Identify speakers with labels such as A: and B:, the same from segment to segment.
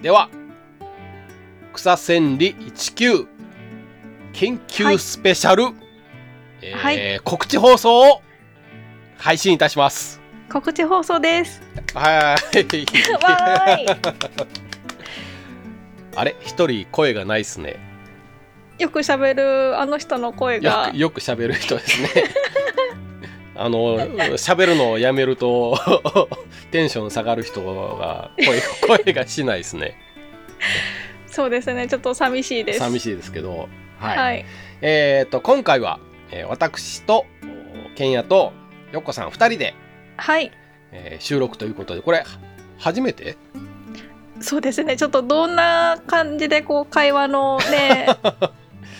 A: では草千里19研究スペシャル、えー
B: はい
A: 告知放送を配信いたします。
B: 告知放送です。
A: は
B: わ
A: ーい。
B: ー
A: あれ一人声がないっすね。
B: い。よく喋るあの人の声
A: よ
B: が
A: く。よく喋る人ですね。 あの喋るのをやめると テンション下がる人が 声声がしないですね。
B: そうですね。ちょっと寂しいです。
A: 寂
B: し
A: しいですけど。
B: い
A: はい。
B: はい。
A: えっ、と今回は、えー私とケンヤとヨッコさん二人で、
B: はい。
A: えー収録ということでこれ初めて
B: そうですね。ちょっとどんな感じでこう会話の ね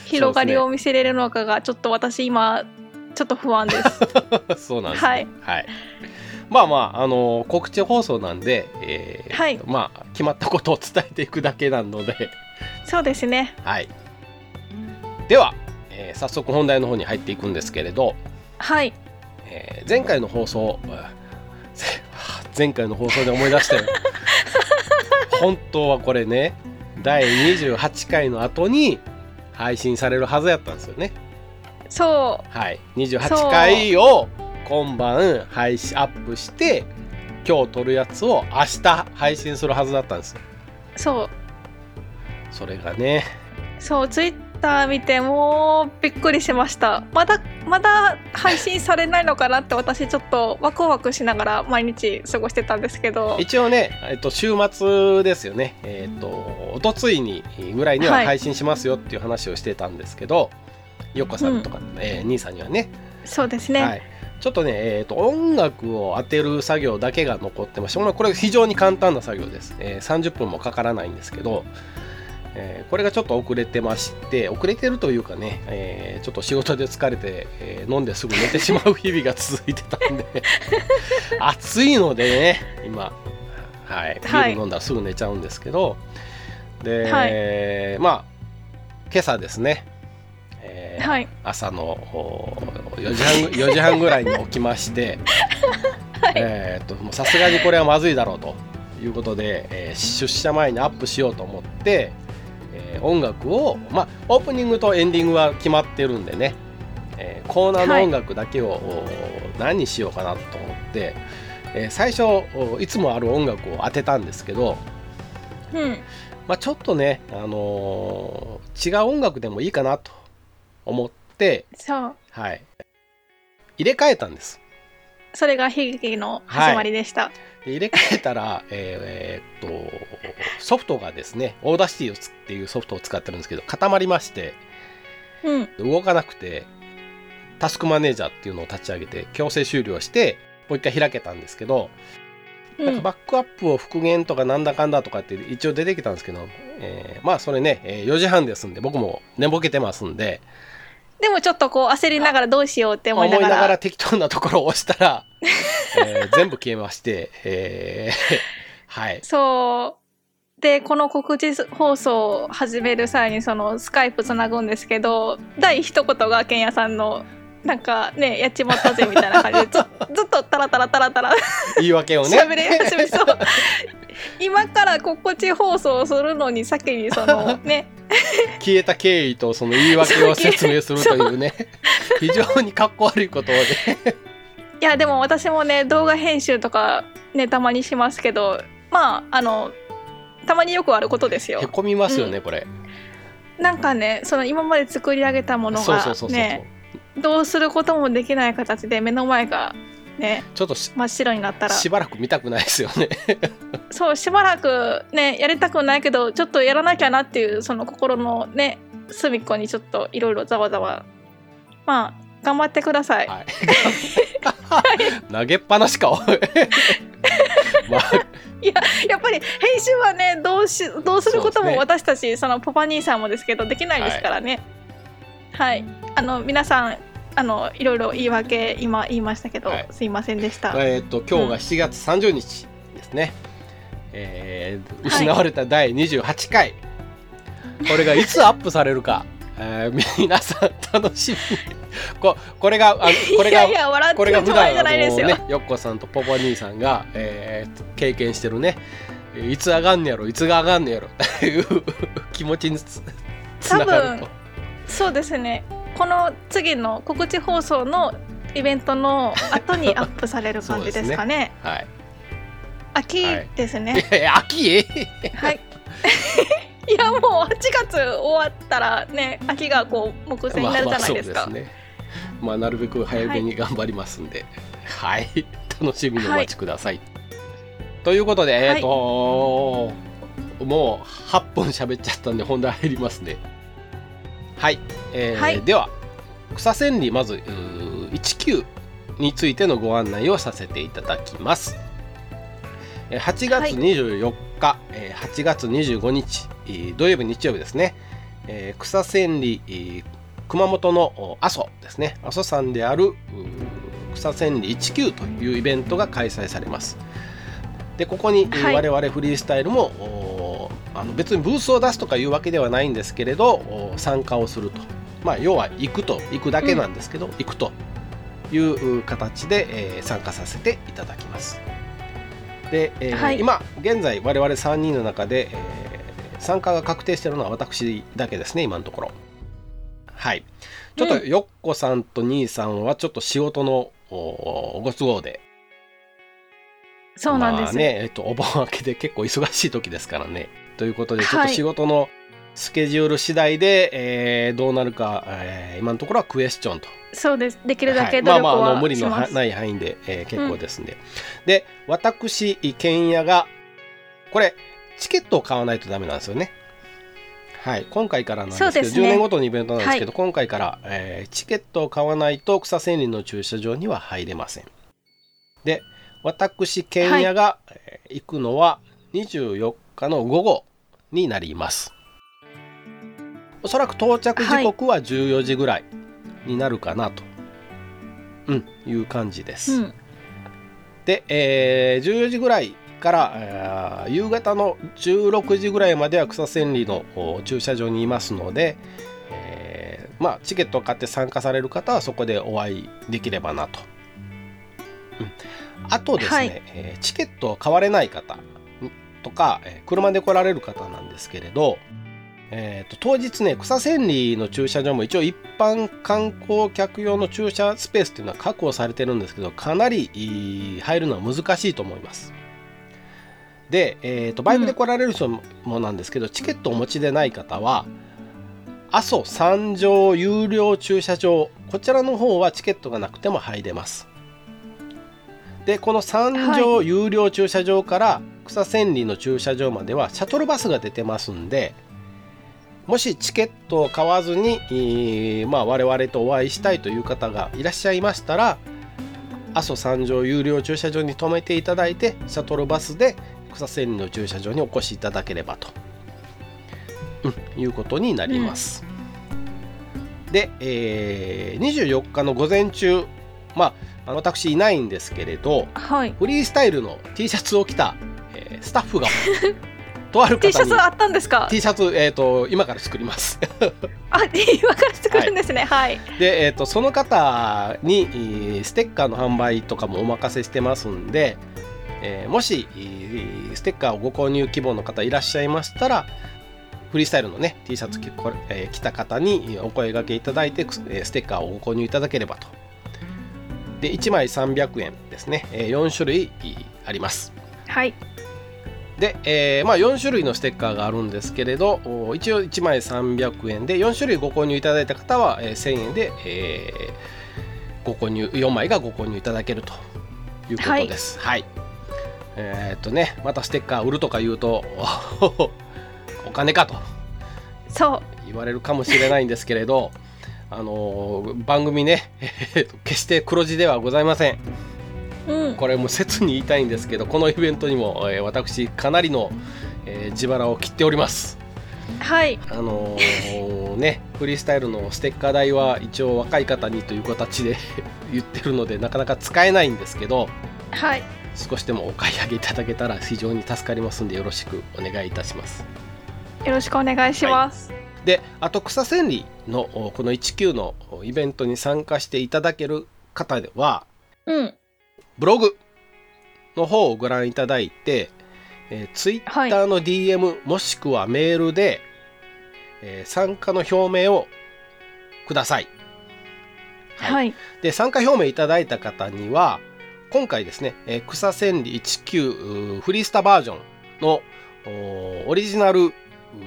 B: 広がりを見せれるのかがちょっと私今ちょっと不安です。
A: そうなんですね。
B: は
A: はいい。まあまあ、あのー告知放送なんで、えー
B: はい
A: まあ、決まったことを伝えていくだけなので、
B: そうですね。
A: はい。では、えー早速本題の方に入っていくんですけれど、
B: はい。
A: えー前回の放送、 えーせ前回の放送で思い出したよ。本当はこれね、第28回の後に配信されるはずやったんですよね。
B: そ
A: はい、28回を今晩配信アップして今日撮るやつを明日配信するはずだったんですよ
B: うそう
A: それがね
B: そうツイッター見てもうびっくりしました。まだまだ配信されないのかなって私ちょっとワクワクしながら毎日過ごしてたんですけど。
A: 一応ね、えっと、週末ですよねえっとおとついにぐらいに
B: は
A: はい配信しますよっていう話をしてたんですけど、よっこさんとか、えー兄さんにはね
B: そうですね。
A: はい、ちょっとね、えっと音楽を当てる作業だけが残ってましてこれ非常に簡単な作業です、えー30分もかからないんですけど、えーこれがちょっと遅れてまして遅れてるというかね、えーちょっと仕事で疲れて、えー飲んですぐ寝てしまう日々が続いてたんで 暑いのでね今はいビ
B: はい
A: ール飲んだらすぐ寝ちゃうんですけど、で、まあ今朝ですね、えー
B: はい。
A: 朝のおー4時半ぐ ,4 時半ぐらいに起きま してえーっともうさすがにこれはまずいだろうということで、えー出社前にアップしようと思って、えー音楽を、まあ、オープニングとエンディングは決まってるんでね、えーコーナーの音楽だけを、おー何にしようかなと思って、えー最初おーいつもある音楽を当てたんですけど、
B: うん。
A: まあ、ちょっとね、あのー違う音楽でもいいかなと思って。
B: そう。
A: はい。入れ替えたんです。
B: それが悲劇の始まりでした。
A: で入れ替えたら、 えーえーっと、ソフトがですね、オーダーシティをつっていうソフトを使ってるんですけど、固まりまして、
B: うん。
A: 動かなくて、タスクマネージャーっていうのを立ち上げて、強制終了して、もう一回開けたんですけど、
B: う
A: なんか
B: ん。
A: バックアップを復元とかなんだかんだとかって一応出てきたんですけど、えーまあそれね、えー4時半ですんで、僕も寝ぼけてますんで、
B: でもちょっとこう焦りながらどうしようって思
A: 思い
B: い
A: な
B: ながら。
A: がら適当なところを押した ら、えー全部消えまして、えー はい。
B: そう。で、この告知放送を始める際にそのスカイプつなぐんですけど、第一言がけんやさんのなんかね、やっちまったぜみたいな感じ で、ずずっとタラタラタラタラ
A: 言い訳をね。
B: 喋り始めそう。今から告知放送をするのに先にそのね、
A: 消えた経緯とその言い訳を説明するというね、非常にかっこ悪いことをね。
B: いやでも私もね動画編集とかねたまにしますけどまああのたまによくあることで
A: へ
B: すよ
A: こみますよね、これ。
B: なんかねその今まで作り上げたもの
A: そう
B: が
A: そうそうそう。
B: ねどうすることもできない形で目の前がね
A: ちょっとし
B: 真っ白になったら
A: しばらく見たくないですよ ね。
B: そうしばらくねやりたくないけどちょっとやらなきゃなっていうその心のね隅っこにちょっといろいろざわざわまあ頑張ってください、
A: はい。投げっぱなしか。 おいまあ、
B: やっぱり編集はねどうしどうすること
A: そうです
B: も
A: ね
B: 私たちそ,、のパパ兄さんもですけどできないですからねはい、あの皆さんあのいろいろ言い訳今言いましたけど、
A: はい
B: すいませんでした、
A: えっと今日が7月30日ですね、えー失われた第28回、これがいつアップされるか、えー皆さん楽しみにここれがあのこれ
B: い
A: が
B: やいや笑っ て
A: これ
B: る
A: が
B: つ
A: 普
B: もり
A: 段
B: じゃないですよ、
A: あのねよっこさんとポポ兄さんが、えー経験してるね、えーいつ上がんねやろいつが上がんねやろ っていう気持ちにつつながると
B: そうですねこの次の告知放送のイベントの 後にアップされる感じですかね
A: はい
B: 秋
A: はい
B: です
A: い
B: ね
A: やいや秋え
B: はい いやもう8月終わったらね秋がこう目前になるじゃないですか、
A: まあまあそうですねまあなるべく早めに頑張りますんではい、楽しみにお待ちください、ということでえっ、ともう8分喋っちゃったんで本題入りますねはい、えー
B: はい
A: では草千里まずうー19についてのご案内をさせていただきますえー8月24日、えー8月25日えー土曜日日曜日ですね、えー草千里えー熊本のお阿蘇ですね阿蘇山であるうー草千里19というイベントが開催されますでここに、えー
B: はい
A: 我々フリースタイルもおーあの別にブースを出すとかいうわけではないんですけれどお参加をするとまあ要は行くと行くだけなんですけど、行くというう形で、えー参加させていただきますで、えー
B: はい
A: 今現在我々3人の中で、えー参加が確定しているのは私だけですね今のところはいちょっと
B: う
A: よっこさんと兄さんはちょっと仕事のおご都合で
B: そうなんです、
A: まあね、えっと、お盆明けで結構忙しい時ですからね。ということで、ちょっと仕事のスケジュール次第で、えーどうなるか、えー今のところはクエスチョンと。
B: そうですできるだ
A: は
B: け
A: い
B: 努
A: まあ
B: 力
A: まあ、あ
B: は
A: の無理
B: し
A: の
B: ま
A: は
B: す、
A: ない範囲で、えー結構ですんで。で、私、賢也が、これ、チケットを買わないとダメなんですよね。はい、今回からなんですけど
B: そうですね
A: 10年ごとのイベントなんですけど、今回から、えーチケットを買わないと草千里の駐車場には入れません。で、私、賢也が、えー行くのは24日の午後になります。おそらく到着時刻は14時ぐらいになるかなと、うん、いう感じです。
B: うん、
A: で、えー14時ぐらいから、えー夕方の16時ぐらいまでは草千里のお駐車場にいますので、えーまあ、チケットを買って参加される方はそこでお会いできればなと。うんあとですね、
B: はい
A: えーチケットを買われない方とか、えー車で来られる方なんですけれど、えーと当日ね草千里の駐車場も一応一般観光客用の駐車スペースっていうのは確保されてるんですけどかなりいい入るのは難しいと思いますで、えーとバイクで来られる人もなんですけど、チケットをお持ちでない方は阿蘇三条有料駐車場こちらの方はチケットがなくても入れますでこの三条有料駐車場から草千里の駐車場まではシャトルバスが出てますんでもしチケットを買わずに、えーまあ、我々とお会いしたいという方がいらっしゃいましたら阿蘇三条有料駐車場に停めていただいてシャトルバスで草千里の駐車場にお越しいただければと、うん、いうことになります。で、えー24日の午前中、まあ、あの私いないんですけれど
B: はい
A: フリースタイルの T シャツを着た、えースタッフが とある方
B: T
A: に
B: シャツあったんですか
A: T シャツ、えー、と今から作ります。
B: あ、今から作るんですね。はい。
A: で、えー、とその方にえーステッカーの販売とかもお任せしてますんで、えーもしえーステッカーをご購入希望の方いらっしゃいましたらフリースタイルのね T シャツ着これ、えー着た方にえーお声掛けいただいて、えーステッカーをご購入いただければとで1枚300円ですね、え4種類えーあります
B: はい。
A: で、えーまあ、4種類のステッカーがあるんですけれどお一応1枚300円で4種類ご購入いただいた方は、えー1000円で、えーご購入4枚がご購入いただけるということです。はい、えーっとねまたステッカー売るとか言うとお金かと
B: そ
A: 言われるかもしれないんですけれどあのー番組ね 決して黒字ではございません。
B: う。うん。
A: これもう切に言いたいんですけどこのイベントにも、えー私かなりの、えー自腹を切っております
B: はい。
A: あのーねフリースタイルのステッカー代は一応若い方にという形で 言ってるのでなかなか使えないんですけど
B: はい。
A: 少しでもお買い上げいただけたら非常に助かりますんでよろしくお願いいたします
B: よろしくお願いします。
A: であと草千里のおこの19のおイベントに参加していただける方では
B: うん。
A: ブログの方をご覧いただいて、えー、ツイッターの DM、もしくはメールで、えー参加の表明をください。はい
B: はい。
A: で参加表明いただいた方には今回ですね、えー草千里19うーフリースタバージョンのおーオリジナルうー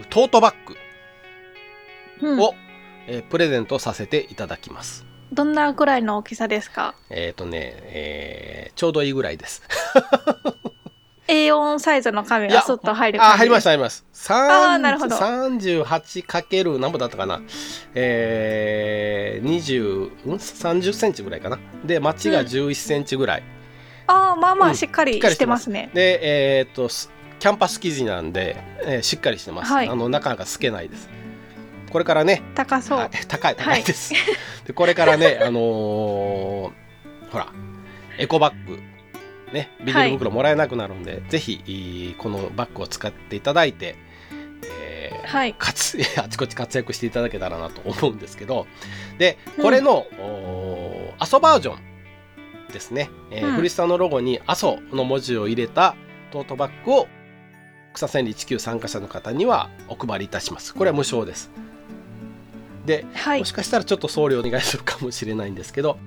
A: トートバッグ
B: うん
A: を、えープレゼントさせていただきます。
B: どんなぐらいの大きさですか
A: えっ、とね、えーちょうどいいぐらいです。
B: ?A4 サイズの紙
A: いや
B: がスッと入る感じ。
A: あ、入りました、入りました。
B: あーなるほど
A: 38かける何ぼだったかな。えー、20、ん ?30 センチぐらいかな。で、町が
B: うん
A: 11センチぐらい。
B: ああ、まあま
A: うん
B: あしっかり
A: しっかり
B: し
A: して
B: て
A: ま
B: ますすね。
A: で、えーっと、すキャンパス生地なんで、えーしっかりしてます。
B: はい
A: あの、なかなか透けないです。これからね、
B: 高そう。
A: はい高い、高
B: はいい
A: です。 で、これからね、あのーほら、エコバッグ、ね、ビニール袋もらえなくなるんで、ぜひ、いいこのバッグを使っていただいて、えー
B: はい。
A: 活 あちこち活躍していただけたらなと思うんですけどでこれの、おーアソバージョンですね、えー
B: うん
A: フリスタのロゴに「アソ」の文字を入れたトートバッグを草千里19参加者の方にはお配りいたしますこれは無償ですで、
B: はい
A: もし。かしたらちょっと送料お願いするかもしれないんですけど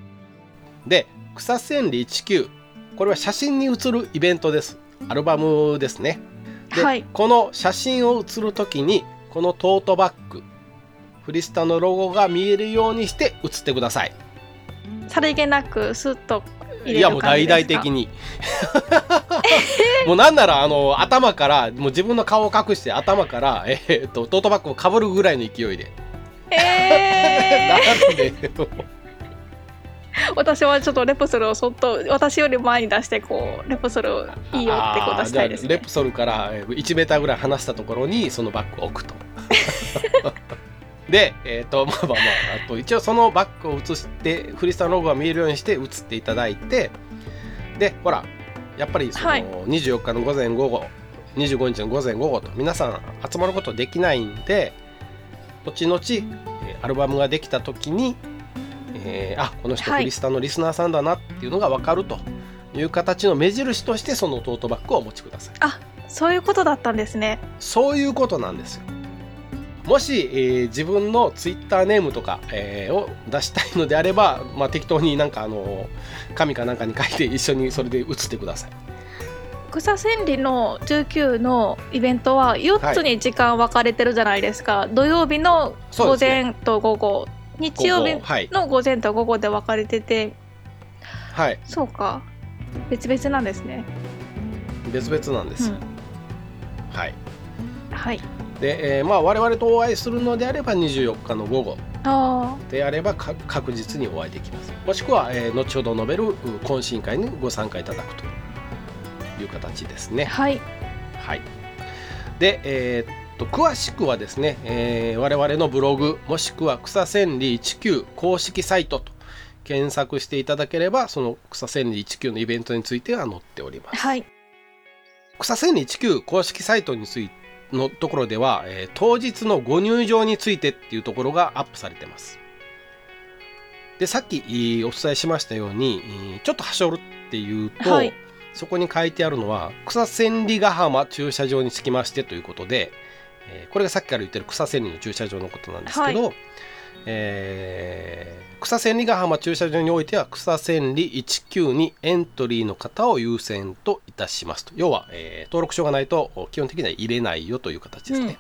A: で草千里19これは写真に写るイベントですアルバムですねで、
B: はい。
A: この写真を写るときにこのトートバッグフリスタのロゴが見えるようにして写ってください
B: さりげなくスッと入
A: い
B: れ
A: やもう
B: る感
A: 大
B: じです
A: 々
B: か
A: 的 にもうなんならあの頭からもう自分の顔を隠して頭から、えーっとトートバッグをかぶるぐらいの勢いで、
B: え
A: なんで
B: ー、私はちょっとレプソルをそっと私より前に出してこうレプソルをいいよってこ
A: あ
B: う
A: ー
B: 出したいです
A: じゃあレ
B: ね
A: プソルからえー1メーターぐらい離したところにそのバッグを置くと。 で、えっとまあまあまああと一応そのバッグを写してフリスタのロゴが見えるようにして写っていただいてでほらやっぱりその
B: はい
A: 24日の午前午後25日の午前午後と皆さん集まることできないんで後々えーアルバムができた時に、えーあこの人
B: は
A: フ
B: い
A: リスタのリスナーさんだなっていうのが分かるという形の目印としてそのトートバッグをお持ちください
B: そういうことだったんですね
A: そういうことなんですよもし、えー自分のツイッターネームとか、えーを出したいのであれば、まあ、適当になんかあの紙かなんかに書いて一緒にそれで写ってください
B: 草千里の19のイベントは4つに時間分かれてるじゃないですか、土曜日の
A: そう
B: 午
A: ですね
B: 前と午後、日曜
A: 午
B: 日
A: 後はい、
B: の午前と午後で分かれてて
A: はい、
B: そうか別々なんですね、
A: 別々なんで
B: う
A: すよ、はい
B: ん、はい
A: で、えーまあ我々とお会いするのであれば24日の午後
B: あ
A: であればか確実にお会いできますもしくは、えー後ほど述べるう懇親会にご参加いただくという形です
B: あ
A: ね
B: はい
A: はいでえーっと詳しくはですね、えー我々のブログもしくは草千里19公式サイトと検索していただければその草千里19のイベントについては載っております
B: はい
A: 草千里19公式サイトについのところでは、えー当日のご入場についてっていうところがアップされてますでさっきえーお伝えしましたようにえーちょっとはしょるっていうと、
B: はい
A: そこに書いてあるのは草千里ヶ浜駐車場につきましてということで、えーこれがさっきから言ってる草千里の駐車場のことなんですけど、えー草千里ヶ浜駐車場においては草千里19にエントリーの方を優先といたしますと要は、えー登録証がないと基本的には入れないよという形ですね、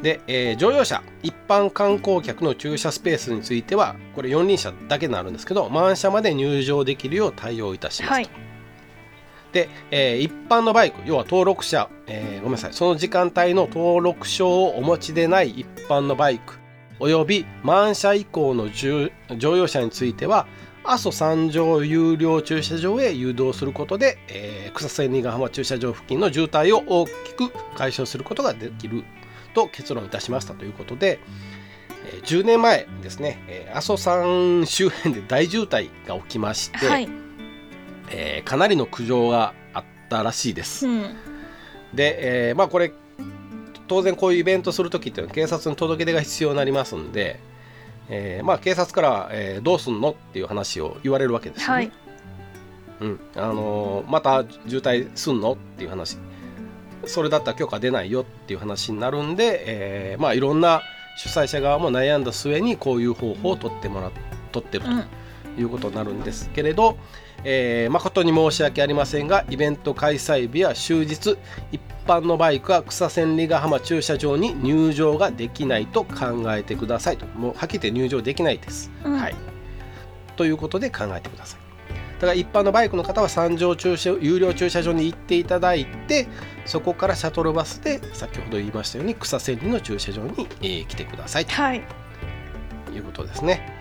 A: で、えー乗用車一般観光客の駐車スペースについてはこれ四輪車だけになるんですけど満車まで入場できるよう対応いたしますと、
B: はい
A: で、えー一般のバイク要は登録者、えーごめんなさいその時間帯の登録証をお持ちでない一般のバイクおよび満車以降の乗乗用車については阿蘇三条有料駐車場へ誘導することで、えー草千里ヶ浜駐車場付近の渋滞を大きく解消することができると結論いたしましたということで、えー10年前ですね、えー阿蘇山周辺で大渋滞が起きまして、
B: はい、
A: えーかなりの苦情があったらしいです
B: う。ん、
A: で、えーまあこれ当然こういうイベントする時っていうのは警察に届け出が必要になりますんで、えーまあ警察から、えーどうすんのっていう話を言われるわけですよね。
B: はい
A: うんあのーまた渋滞すんのっていう話それだったら許可出ないよっていう話になるんで、えーまあ、いろんな主催者側も悩んだ末にこういう方法を取ってもら取ってる
B: うん
A: ということになるんですけれど、えー誠に申し訳ありませんがイベント開催日や終日一般のバイクは草千里ヶ浜駐車場に入場ができないと考えてくださいともうはっきり言って入場できないです。
B: うん
A: はい、ということで考えてください。だから一般のバイクの方は三条駐車有料駐車場に行っていただいてそこからシャトルバスで先ほど言いましたように草千里の駐車場に、えー来てくださいと
B: はい
A: いうことですね。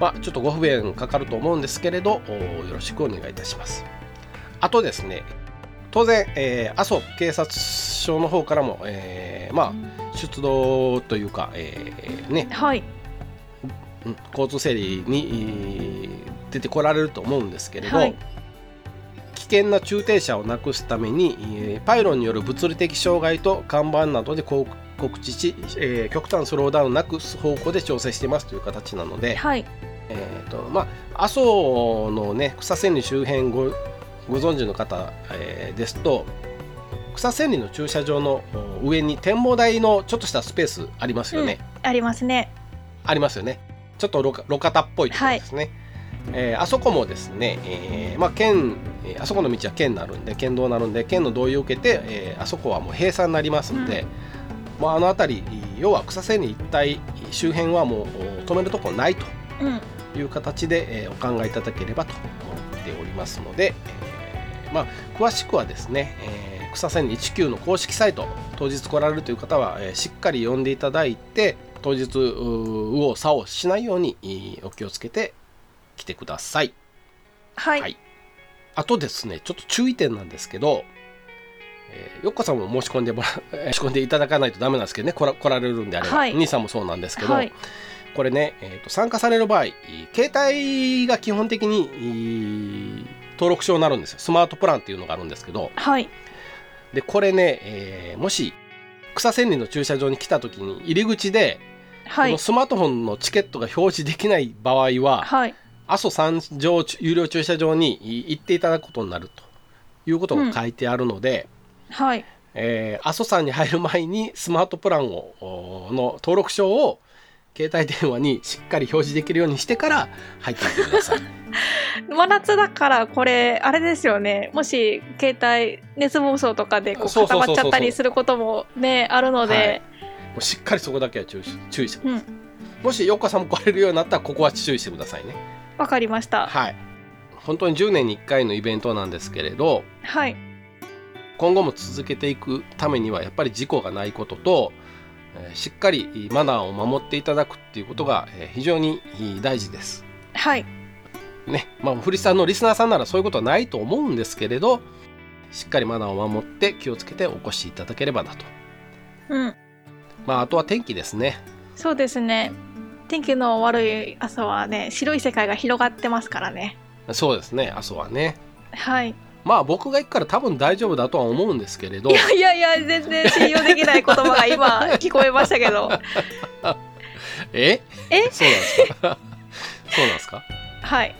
A: まあ、ちょっとご不便かかると思うんですけれどおーよろしくお願いいたします。あとですね当然、えー、阿蘇警察署の方からも、えーまあ、出動というか、えーね、
B: はい
A: うん交通整理にえー出てこられると思うんですけれど、
B: はい
A: 危険な駐停車をなくすために、えーパイロンによる物理的障害と看板などで告告知し、えー極端スローダウンなくす方向で調整していますという形なので、
B: はい
A: えーとまあ、阿蘇の、ね、草千里周辺ごご存知の方、えーですと草千里の駐車場のお上に展望台のちょっとしたスペースありますよね。
B: ありますね
A: ありますよねちょっと路路肩っぽいところですね、えーあそこもですね、えーまあ、県えーあそこの道は県になるんで県道になるんで県の同意を受けて、えーあそこはもう閉鎖になりますんで、まあ、あの辺り要は草千里一帯周辺はもうお止めるとこないと
B: うん
A: いう形で、えーお考えいただければと思っておりますので、えーまあ、詳しくはですね、えー草千里19の公式サイト当日来られるという方は、えーしっかり読んでいただいて当日うー右往左往しないようにえーお気をつけて来てください。
B: はい、
A: はいあとですねちょっと注意点なんですけど、えーよっこさんも申し込んでもら申し込んでいただかないとダメなんですけどね来ら来られるんであれば、
B: はい
A: 兄さんもそうなんですけど、
B: はい
A: これね、えーと参加される場合携帯が基本的にえー登録証になるんですよスマートプランっていうのがあるんですけど
B: はい
A: でこれね、えーもし草千里の駐車場に来た時に入り口で、
B: は
A: こ
B: い
A: のスマートフォンのチケットが表示できない場合は
B: はい
A: 阿蘇三条有料駐車場に行っていただくことになるということが書いてあるので、
B: はい
A: えー阿蘇山に入る前にスマートプランをおーの登録証を携帯電話にしっかり表示できるようにしてから入ってみてください。
B: 真夏だからこれあれですよねもし携帯熱暴走とかでこう
A: そうそうそ
B: 固
A: う
B: ま
A: そう
B: っちゃったりすることもねあるので、
A: もうしっかりそこだけは注意し注意してく
B: う
A: ださい。
B: ん
A: もし4日さんも来れるようになったらここは注意してくださいね。
B: わかりました
A: はい。本当に10年に1回のイベントなんですけれど
B: はい
A: 今後も続けていくためにはやっぱり事故がないこととえーしっかりマナーを守っていただくっていうことがえー非常に大事です。
B: はい
A: ね、まあ、フリさんのリスナーさんならそういうことはないと思うんですけれど、しっかりマナーを守って気をつけてお越しいただければなと。
B: うん
A: まあ、あとは天気ですね。
B: そうですね天気の悪い朝はね白い世界が広がってますからね
A: そうですね、阿蘇はね。
B: はい
A: まあ、僕が行くから多分大丈夫だとは思うんですけれど
B: い、やいやいや全然信用できない言葉が今聞こえました けど
A: え
B: え
A: そうなんですかそうなんですか
B: はい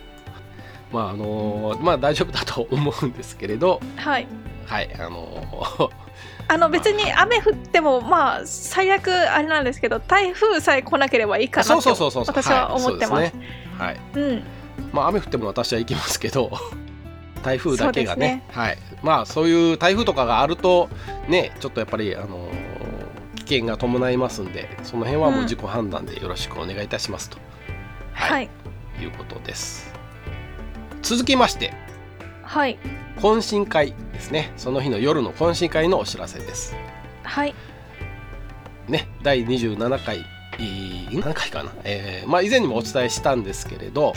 A: まあ、あのーまあ大丈夫だと思うんですけれど、
B: はい
A: はい、あの
B: あの別に雨降ってもまあ最悪あれなんですけど台風さえ来なければいいか
A: ー、
B: な
A: そう
B: って
A: そうそうそう、
B: 私は思って
A: は
B: ます
A: い、そうですね。はい。
B: うん
A: まあ雨降っても私は行きますけど 台風だけがね
B: そ
A: はいまあそういう台風とかがあるとねちょっとやっぱりあのー危険が伴いますんでその辺はもう自己判断でよろしくお願いいたしますと、、
B: はいい
A: いうことです続きまして
B: はい
A: 懇親会ですねその日の夜の懇親会のお知らせです
B: はい
A: ね第27回えー何回かな、えーまあ以前にもお伝えしたんですけれど、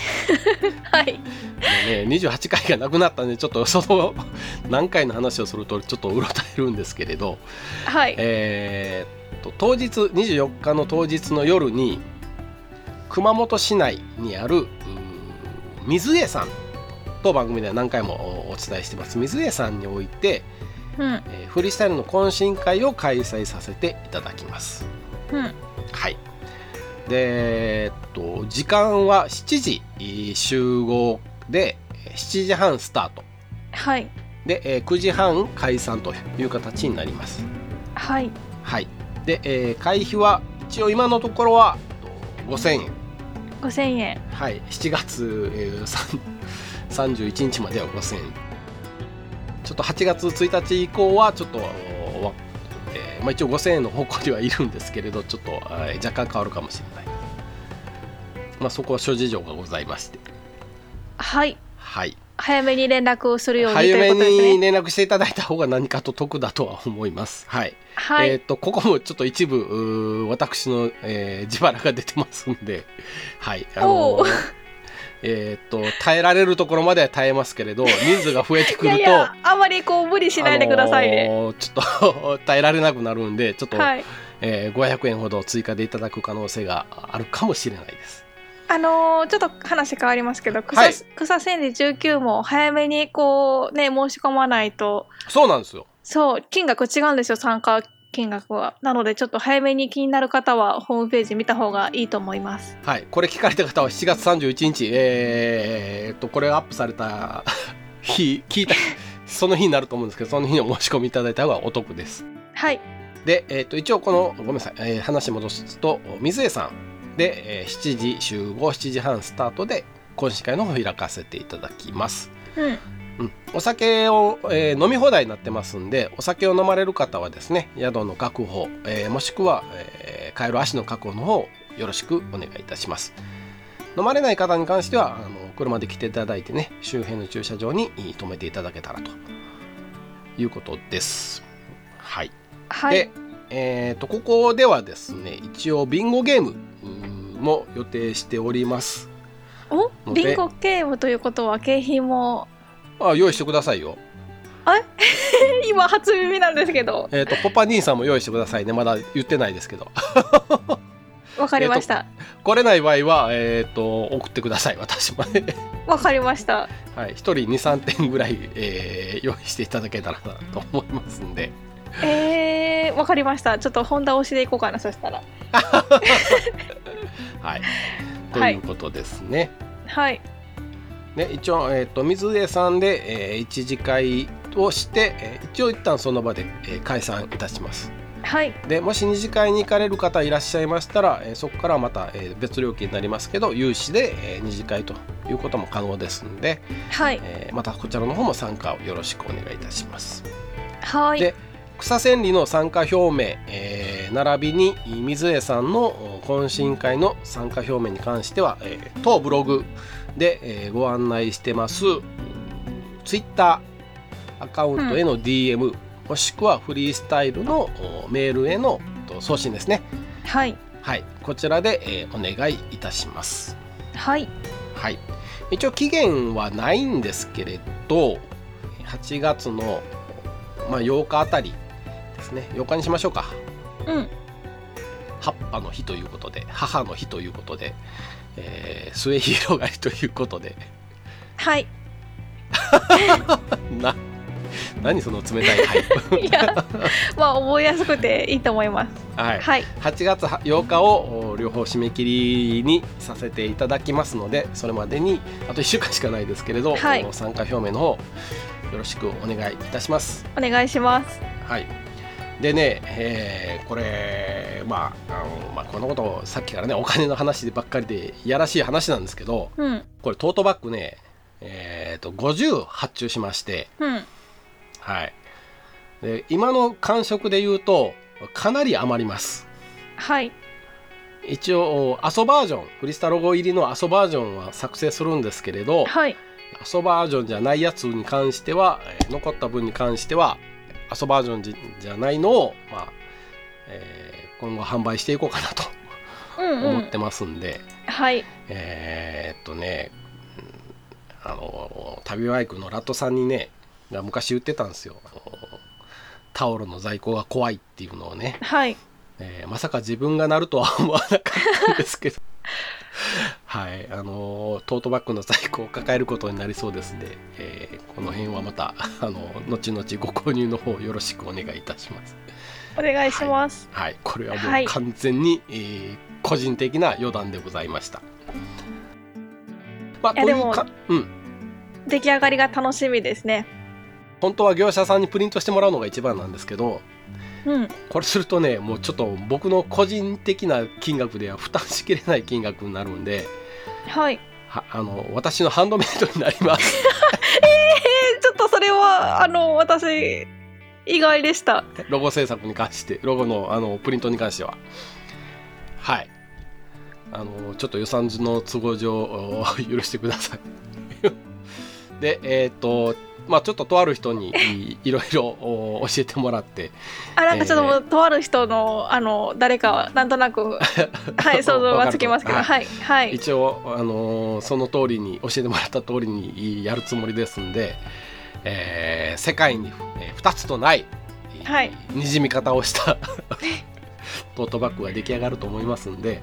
B: はい
A: もうね、28回がなくなったんでちょっとその何回の話をするとちょっとうろたえるんですけれど、
B: はい
A: えーっと当日24日の当日の夜に熊本市内にあるうー水江さんと番組では何回もおお伝えしてます水江さんにおいて、
B: うん
A: えーフリースタイルの懇親会を開催させていただきます。
B: うん
A: はいでえっと時間は7時えー集合でえー7時半スタート
B: はい
A: で、えー9時半解散という形になります
B: はい
A: はいで、えー会費は一応今のところはえっと5000円
B: 5000円
A: はい7月、えー3 31日までは5000円ちょっと8月1日以降はちょっと、おわえーまあ、一応5000円の方向にはいるんですけれどちょっと、あー若干変わるかもしれないまあそこは諸事情がございまして
B: はい
A: はい
B: 早めに連絡をするようにという
A: 早め
B: ことです
A: に
B: ね
A: 連絡していただいた方が何かと得だとは思いますはい、
B: はい、
A: えーっ、とここもちょっと一部うー私の、えー自腹が出てますんではいあのー
B: おう
A: えーっと耐えられるところまでは耐えますけれど人数が増えてく
B: い
A: る
B: や
A: と
B: いやあまりこう無理しないでください
A: あ
B: ね、
A: のーちょっと 耐えられなくなるんでちょっと、
B: はい
A: えー500円ほど追加でいただく可能性があるかもしれないです
B: あのーちょっと話変わりますけど草,、
A: はい
B: 草千里19も早めにこうね申し込まないと
A: そうなんですよ
B: そう金額違うんですよ参加金額はなのでちょっと早めに気になる方はホームページ見た方がいいと思います
A: はい、これ聞かれた方は7月31日、えー、っと、これアップされた 日、聞いた、その日になると思うんですけど、その日にお申し込みいただいた方がお得です。
B: はい
A: で、えーっと、一応この、ごめんなさい、えー話戻すと、水江さんで、えー7時集合、7時半スタートで、懇親会の方を開かせていただきます。
B: うん
A: うん、お酒を、えー飲み放題になってますんでお酒を飲まれる方はですね宿の確保、えーもしくは、えー帰る足の確保の方よろしくお願いいたします飲まれない方に関してはあの車で来ていただいてね周辺の駐車場にえー停めていただけたらということですはい、
B: はい
A: で、えー、とここではですね一応ビンゴゲームうーんも予定しております
B: お
A: ので
B: ビンゴゲームということは景品も
A: あ用意してくださいよ
B: 今初耳なんですけど
A: えっ、 とポパ兄さんも用意してくださいねまだ言ってないですけど
B: わかりました
A: 来れない場合は、えー、と送ってください私まで
B: わかりました
A: はい、1人23点ぐらい、えー用意していただけたらなと思いますんで
B: えー、わかりましたちょっと本田推しでいこうかなそしたら
A: はいと
B: はい
A: いうことですね、
B: はい
A: ね一応、えー、と水江さんで、えー一次会をして、えー一応一旦その場で、えー解散いたします
B: はい
A: でもし二次会に行かれる方いらっしゃいましたら、えーそこからまた、えー別料金になりますけど有志で、えー二次会ということも可能ですんで、
B: はい
A: えーまたこちらの方も参加をよろしくお願いいたします
B: はい
A: で草千里の参加表明、えー並びに水江さんのお懇親会の参加表明に関しては、えー当ブログで、えーご案内してますうんツイッターアカウントへの DM、もしくはフリースタイルのおメールへのと送信ですね
B: はい
A: はいこちらで、えーお願いいたします
B: はい
A: はい一応期限はないんですけれど8月の、まあ、8日あたりですね8日にしましょうか
B: うん
A: 葉っぱの日ということで母の日ということで、えー末広がりということで
B: はい
A: な何その冷たい「はい」
B: いやまあ覚えやすくていいと思います
A: はい、
B: はい
A: 8月8日をお両方締め切りにさせていただきますのでそれまでにあと1週間しかないですけれど、
B: はい
A: お参加表明の方よろしくお願いいたします。
B: お願いします
A: はい、でね、えーこれ、まああのまあ、このことさっきからねお金の話ばっかりでいやらしい話なんですけど
B: うん
A: これトートバッグね、えー、と50発注しまして、
B: うん
A: はい、で今の感触で言うとかなり余ります
B: はい
A: 一応アソバージョンクリスタロゴ入りのアソバージョンは作成するんですけれど
B: はい
A: アソバージョンじゃないやつに関しては、えー残った分に関してはアソバージョンじじゃないのを、まあえー今後販売していこうかなと
B: うんう
A: 思っ
B: ん
A: てますんで、
B: はい
A: えーっとねうんあの旅バイクのラットさんにねが昔言ってたんですよあのタオルの在庫が怖いっていうのをね、
B: はい
A: えーまさか自分がなるとは思わなかったんですけど はいあのトートバッグの在庫を抱えることになりそうですね、えーこの辺はまたあの後々ご購入の方よろしくお願いいたします
B: お願いします
A: はいこれは
B: は
A: もう
B: い
A: 完全に、えー個人的な余談でございましたまあ
B: いや
A: という
B: でも
A: かうん
B: 出来上がりが楽しみですね
A: 本当は業者さんにプリントしてもらうのが一番なんですけど
B: うん
A: これするとねもうちょっと僕の個人的な金額では負担しきれない金額になるんで
B: はい
A: はあの私のハンドメイドになります。
B: えちょっとそれはあの私意外でした
A: ロゴ制作に関してロゴのあのプリントに関してははいあのちょっと予算の都合上 お許してくださいでえっ、とまあちょっととある人にいいろいろお教えてもらって
B: あなんかちょっともう、とある人のあの誰かはなんとな くはい想像がつきますけど
A: わか
B: はいはい
A: 一応、あのーその通りに教えてもらった通りにやるつもりですんで、えー世界に、え2つとない、
B: はい
A: にじみ方をした トートバッグが出来上がると思いますんで、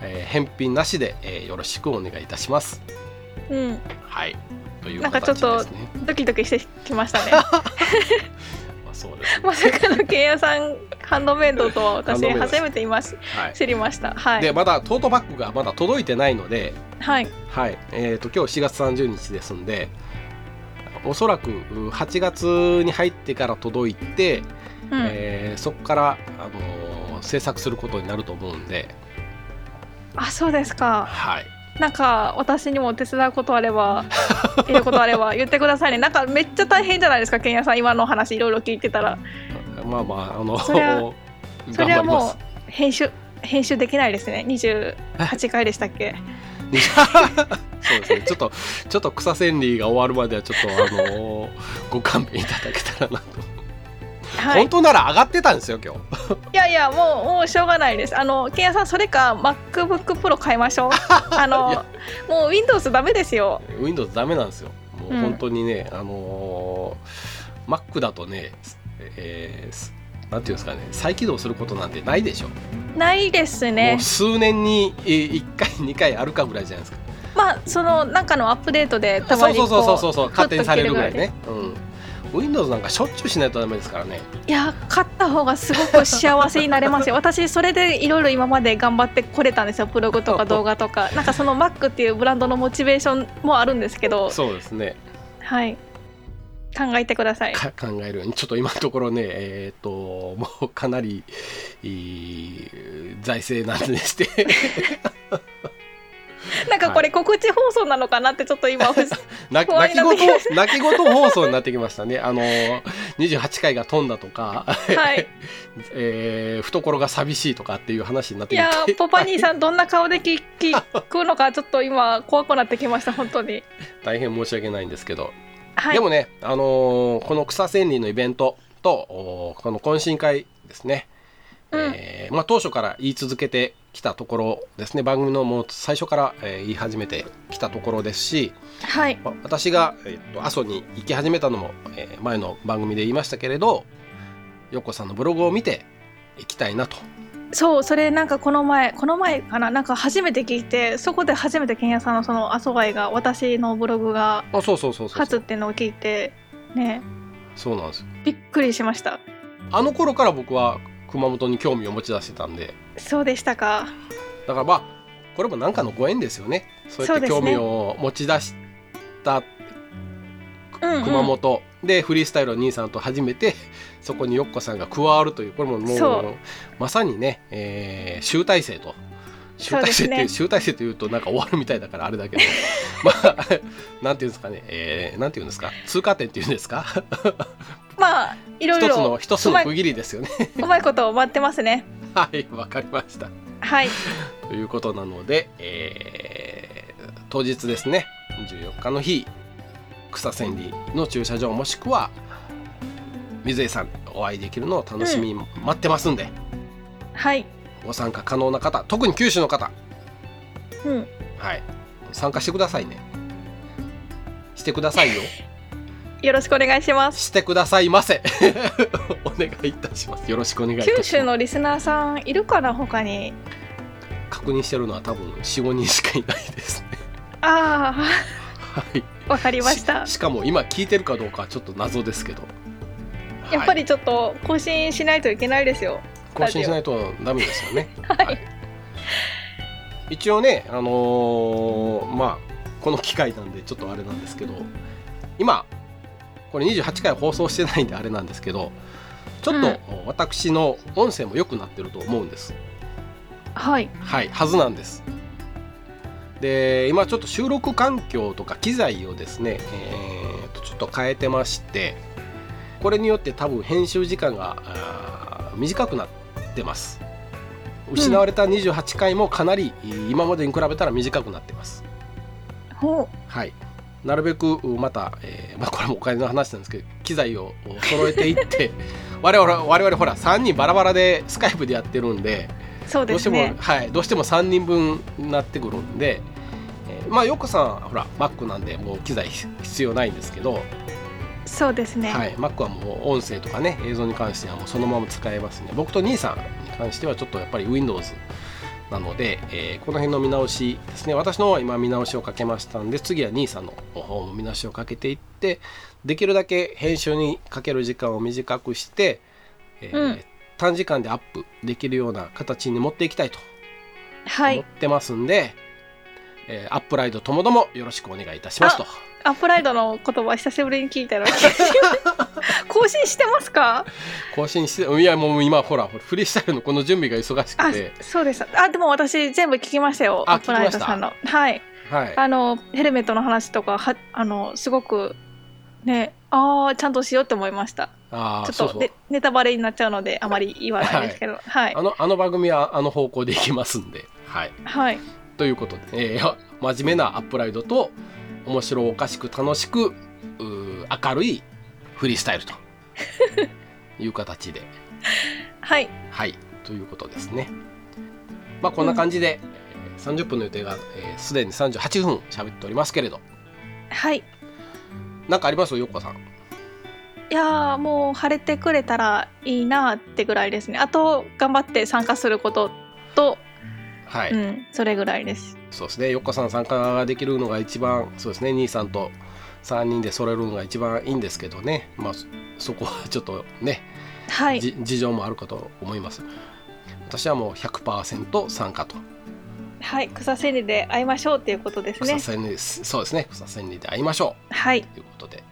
A: えー返品なしで、えーよろしくお願いいたします。
B: うん
A: はいという
B: なんか
A: 形
B: ちょ
A: で
B: っ
A: すね。
B: とドキドキしてきま したね
A: まあ、そうですね。
B: まさかのケンヤさんハンドメイドとは
A: ハンド
B: 私
A: メイドです
B: 初めています
A: はい
B: 知りましたはい
A: でまだトートバッグがまだ届いてないので、
B: はい
A: はい、えっ、と今日4月30日ですんで、おそらくう8月に入ってから届いて、
B: うん、
A: えーそこから、あのー制作することになると思うんで、
B: あそうですか
A: はい、
B: なんか私にも手伝うことあ れば言うことあれば言ってくださいねなんかめっちゃ大変じゃないですかケンヤさん今のお話いろいろ聞いてたら
A: まあまああの
B: それは そ
A: 頑
B: れ
A: 張
B: は
A: りま
B: も
A: す。
B: う編集編集できないですね28回でしたっけ
A: そうですね。ちょっとちょっと草千里が終わるまではちょっとあのーご勘弁いただけたらなと、
B: はい
A: 本当なら上がってたんですよ今日。
B: いやいやもうもうしょうがないですあのケンヤさんそれか MacBookPro 買いまし ょうあ
A: い
B: の
A: や
B: もう Windows ダメですよ
A: Windows ダメなんですよ。もう
B: うん
A: 本当にね、あのー Mac だとね、えーなんていうんですかね、再起動することなんてないでしょ。
B: ないです
A: も
B: ね
A: う数年にえー1回2回あるかぐらいじゃないですか。
B: まあそのなんかのアップデートでた
A: そ
B: ま
A: う
B: に
A: そ
B: こ
A: うそうそうそうそう
B: ふっ
A: 勝手
B: と切
A: にされるぐらい
B: ぐらい
A: ね、うん、Windows なんかしょっちゅうしないとダメですからね
B: いや勝った方がすごく幸せになれます よ私それでいろいろ今まで頑張ってこれたんですよブログとか動画とかなんかその Mac っていうブランドのモチベーションもあるんですけど
A: そうですね
B: はい考えてください
A: か考えるようにちょっと今のところねえっ、ともうかなりいい財政難でして
B: なんかこれ告知放送なのかなってちょっと今
A: 泣き
B: 怖
A: 泣
B: い
A: き
B: なってきまし
A: 言泣き言放送になってきましたねあの28回が飛んだとか、
B: はい
A: えー懐が寂しいとかっていう話になっ
B: い
A: てき
B: や
A: て
B: ーポパニーさんどんな顔で聞聞くのかちょっと今怖くなってきました本当に
A: 大変申し訳ないんですけど
B: はい
A: でもね、あのーこの草千里のイベントとおーこの懇親会ですね、
B: うん
A: えーまあ、当初から言い続けてきたところですね番組のもう最初から、えー言い始めてきたところですし、
B: はい
A: まあ私が、えーと阿蘇に行き始めたのも、えー前の番組で言いましたけれどヨッコさんのブログを見て行きたいなと
B: そうそれなんかこの前この前かななんか初めて聞いてそこで初めてけんやさんのその「あそばい」が私のブログが
A: あそうそうそうそうそ
B: 初っ
A: う
B: ていうのを聞いてね
A: そうなんですよ
B: びっくりしました
A: あの頃から僕は熊本に興味を持ち出してたんで
B: そうでしたか
A: だからまあこれも何かのご縁ですよねそうやって
B: そ
A: 興
B: うですね
A: 味を持ち出した
B: うん、うん、
A: 熊本でフリースタイルの兄さんと初めてそこによっこさんが加わるというこれもも
B: そうう
A: まさにね、えー集大成と集大成っていう
B: そうですね
A: 集大成というとなんか終わるみたいだからあれだけど まあなんていうんですかね、えーなんていうんですか通過点っていうんですか
B: まあいろ
A: 一
B: い
A: つの
B: ろ
A: 一つの区切りですよね
B: うまいことを待ってますね
A: はいわかりました
B: はい
A: ということなので、えー当日ですね24日の日草千里の駐車場もしくは水江さんお会いできるのを楽しみに待ってますんで、
B: はい
A: ご参加可能な方特に九州の方
B: うん
A: はい参加してくださいねしてくださいよ
B: よろしくお願いします
A: してくださいませ お願いいたしますよろしくお願いいたしま
B: 九
A: す
B: 州のリスナーさんいるかな他に
A: 確認してるのは多分45人しかいないですね
B: あ
A: はい
B: あわかりました
A: ししかも今聞いてるかどうかはちょっと謎ですけど
B: やっぱりちょっと更新しないといけないですよ
A: 更新しないとダメですよね。
B: はい
A: 一応ね、あのーまあこの機会なんでちょっとあれなんですけど今これ28回放送してないんであれなんですけどちょっと私の音声も良くなってると思うんです
B: はい
A: はいはずなんですで今ちょっと収録環境とか機材をですね、えーとちょっと変えてましてこれによって多分編集時間があー短くなってます失われた28回もかなり今までに比べたら短くなってます
B: ほ
A: はい、なるべくまた、えーまあ、これもお金の話なんですけど機材を揃えていって 我々我々ほら3人バラバラでスカイプでやってるんで
B: うそう
A: ど
B: で
A: うして
B: す
A: も、
B: ね
A: はい、どうしても3人分になってくるんで、えーまあよこさんほら Mac なんでもう機材必要ないんですけど、
B: そうですね、
A: はい、Mac はもう音声とかね映像に関してはもうそのまま使えますね僕と兄さんに関してはちょっとやっぱり Windows なので、えーこの辺の見直しですね私の方は今見直しをかけましたんで次は兄さんの方も見直しをかけていってできるだけ編集にかける時間を短くして、えー
B: うん
A: 短時間でアップできるような形に持っていきたいと
B: は
A: 思っ
B: い
A: てますんで、えーアップライドともどもよろしくお願いいたしますと。
B: アップライドの言葉久しぶりに聞いたら 更新してますか
A: 更新していやもう今ほらフリースタイルのこの準備が忙しく
B: あ
A: て
B: そうですあでも私全部聞きましたよ
A: あ
B: アップライドさんのはい
A: はい
B: あのヘルメットの話とかはあのすごくねああちゃんとしようって思いました
A: あ
B: ち
A: ー
B: ょっと
A: そうそう
B: でネタバレになっちゃうのであまり言わないですけどはい
A: あのあの番組はあの方向でいきますんではい
B: はい
A: ということで、えー真面目なアップライドと面白おかしく楽しくうー明るいフリースタイルという形で
B: はい
A: はいということですねまあこんな感じで、えー30分の予定がえーすで、に38分喋っておりますけれど
B: はい
A: なんかありますよっこさん
B: いやーもう晴れてくれたらいいなってぐらいですねあと頑張って参加することと、
A: はい、
B: うんそれぐらいです
A: そうですね、よっこさん参加ができるのが一番、そうですね、兄さんと3人で揃えるのが一番いいんですけどね、まあ、そそこはちょっとね、
B: はい
A: じ事情もあるかと思います。私はもう100%参加と。
B: はい草千里で会いましょうっていうことです
A: 草
B: ね
A: 千里です、そうですね、草千里で会いましょ
B: はいう
A: ということで、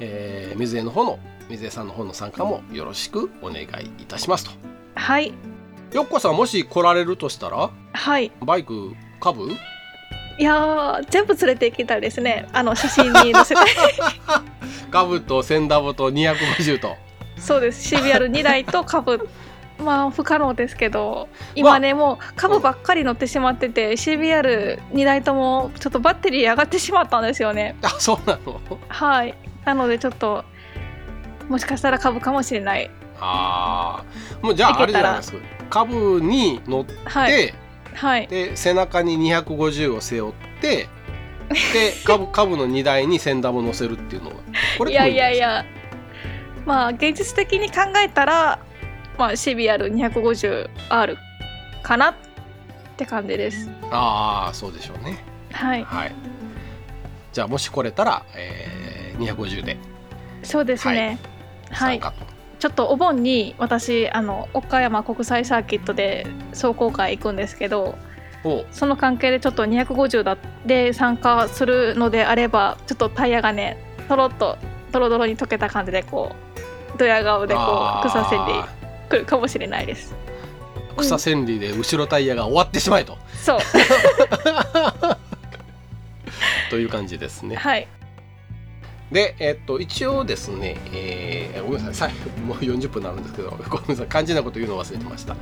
A: えー、水江の方の、水江さんの方の参加もよろしくお願いいたしますと。
B: はい
A: よっこさん、もし来られるとしたら、
B: はい
A: バイク、かぶ
B: いやー全部連れて行きたいですねあの写真に載せ て
A: かぶと千ダボと250と。
B: そうです CBR2 台と株まあ不可能ですけど今ねもう株ばっかり乗ってしまってて CBR2 台ともちょっとバッテリー上がってしまったんですよね
A: あ、そうな の
B: はいなのでちょっともしかしたら株かもしれない
A: ああもうじゃああれじゃないですか株に乗って、
B: はいはい
A: で背中に250を背負ってで株株の荷台に千玉乗せるっていうのがこれ
B: いやいやい
A: で
B: やまあ現実的に考えたら、まあ、CBR250R かなって感じです
A: すかああそうでしょうね
B: はい
A: はいじゃあもし来れたら、えー、250で
B: そうですねは
A: 参
B: い、
A: 加と、
B: ちょっとお盆に私あの岡山国際サーキットで壮行会行くんですけど
A: おう
B: その関係でちょっと250だで参加するのであればちょっとタイヤがねとろっとドロドロに溶けた感じでこうドヤ顔でこ
A: あ
B: う
A: ー
B: 草千里来るかもしれないです
A: 草千里で後ろタイヤが終わってしまえと、
B: そう
A: という感じですね
B: はい
A: で、えっと、一応ですね、えーごめんなさい、最後もう40分になるんですけど、 ごめんなさい、肝心なこと言うの忘れてました。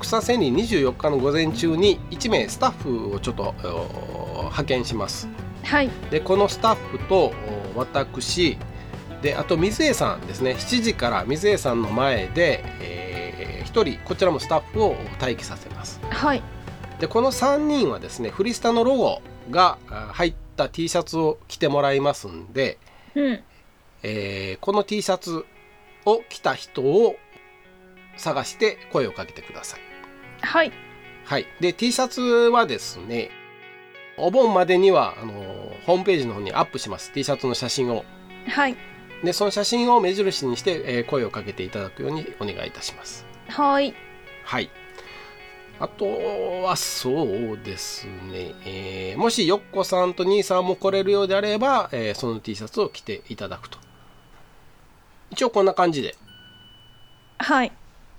A: 草千里24日の午前中に1名スタッフをちょっとお派遣します。
B: はい
A: で、このスタッフとお私、で、あと水江さんですね、7時から水江さんの前で、え1人、こちらもスタッフを待機させます。
B: はい
A: でこの3人はですねフリスタのロゴがあ入った T シャツを着てもらいますんで、
B: うん
A: えーこの T シャツを着た人を探して声をかけてください。
B: はい
A: はい、で T シャツはですねお盆までにはあのホームページの方にアップします T シャツの写真を。
B: はい
A: でその写真を目印にして、えー声をかけていただくようにお願いいたします。
B: はい
A: はいあとはそうですね、えーもしよっこさんと兄さんも来れるようであれば、えーその T シャツを着ていただくと一応こんな感じで
B: はい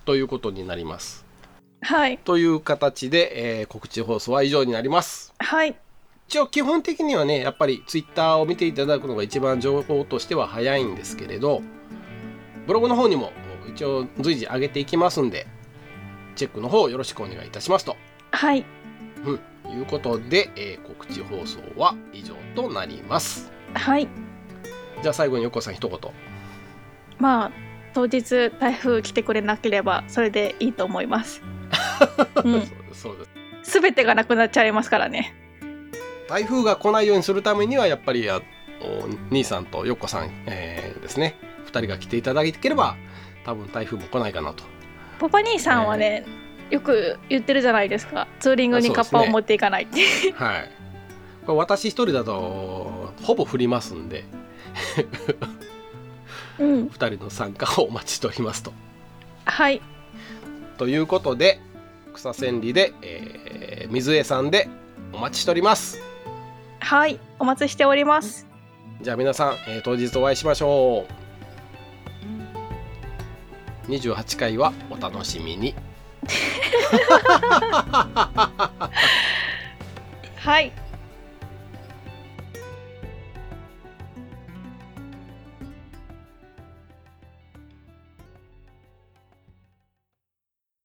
A: ということになります。
B: はい
A: という形で、えー告知放送は以上になります。
B: はい
A: 一応基本的にはねやっぱりツイッターを見ていただくのが一番情報としては早いんですけれどブログの方にも一応随時上げていきますんでチェックの方よろしくお願いいたしますと、
B: はい
A: うん、いうことで、えー告知放送は以上となります
B: はい
A: じゃあ最後に横井さん一言
B: まあ当日台風来てくれなければそれでいいと思い ます。うん、
A: そうそうです
B: 全てがなくなっちゃいますからね。
A: 台風が来ないようにするためにはやっぱりあお兄さんと横さん、えーですね2人が来ていただければ多分台風も来ないかなと
B: パパ兄さんはね、よく言ってるじゃないですかツーリングにカッパを持っていかないって、
A: はい。これ私一人だとほぼ振りますんで、
B: うん
A: 二人の参加をお待ちしておりますと。
B: はい
A: ということで、草千里で、えー水江さんでお待ちしております。
B: はいお待ちしております
A: じゃあ皆さん、えー当日お会いしましょう。28回はお楽しみに。
B: はい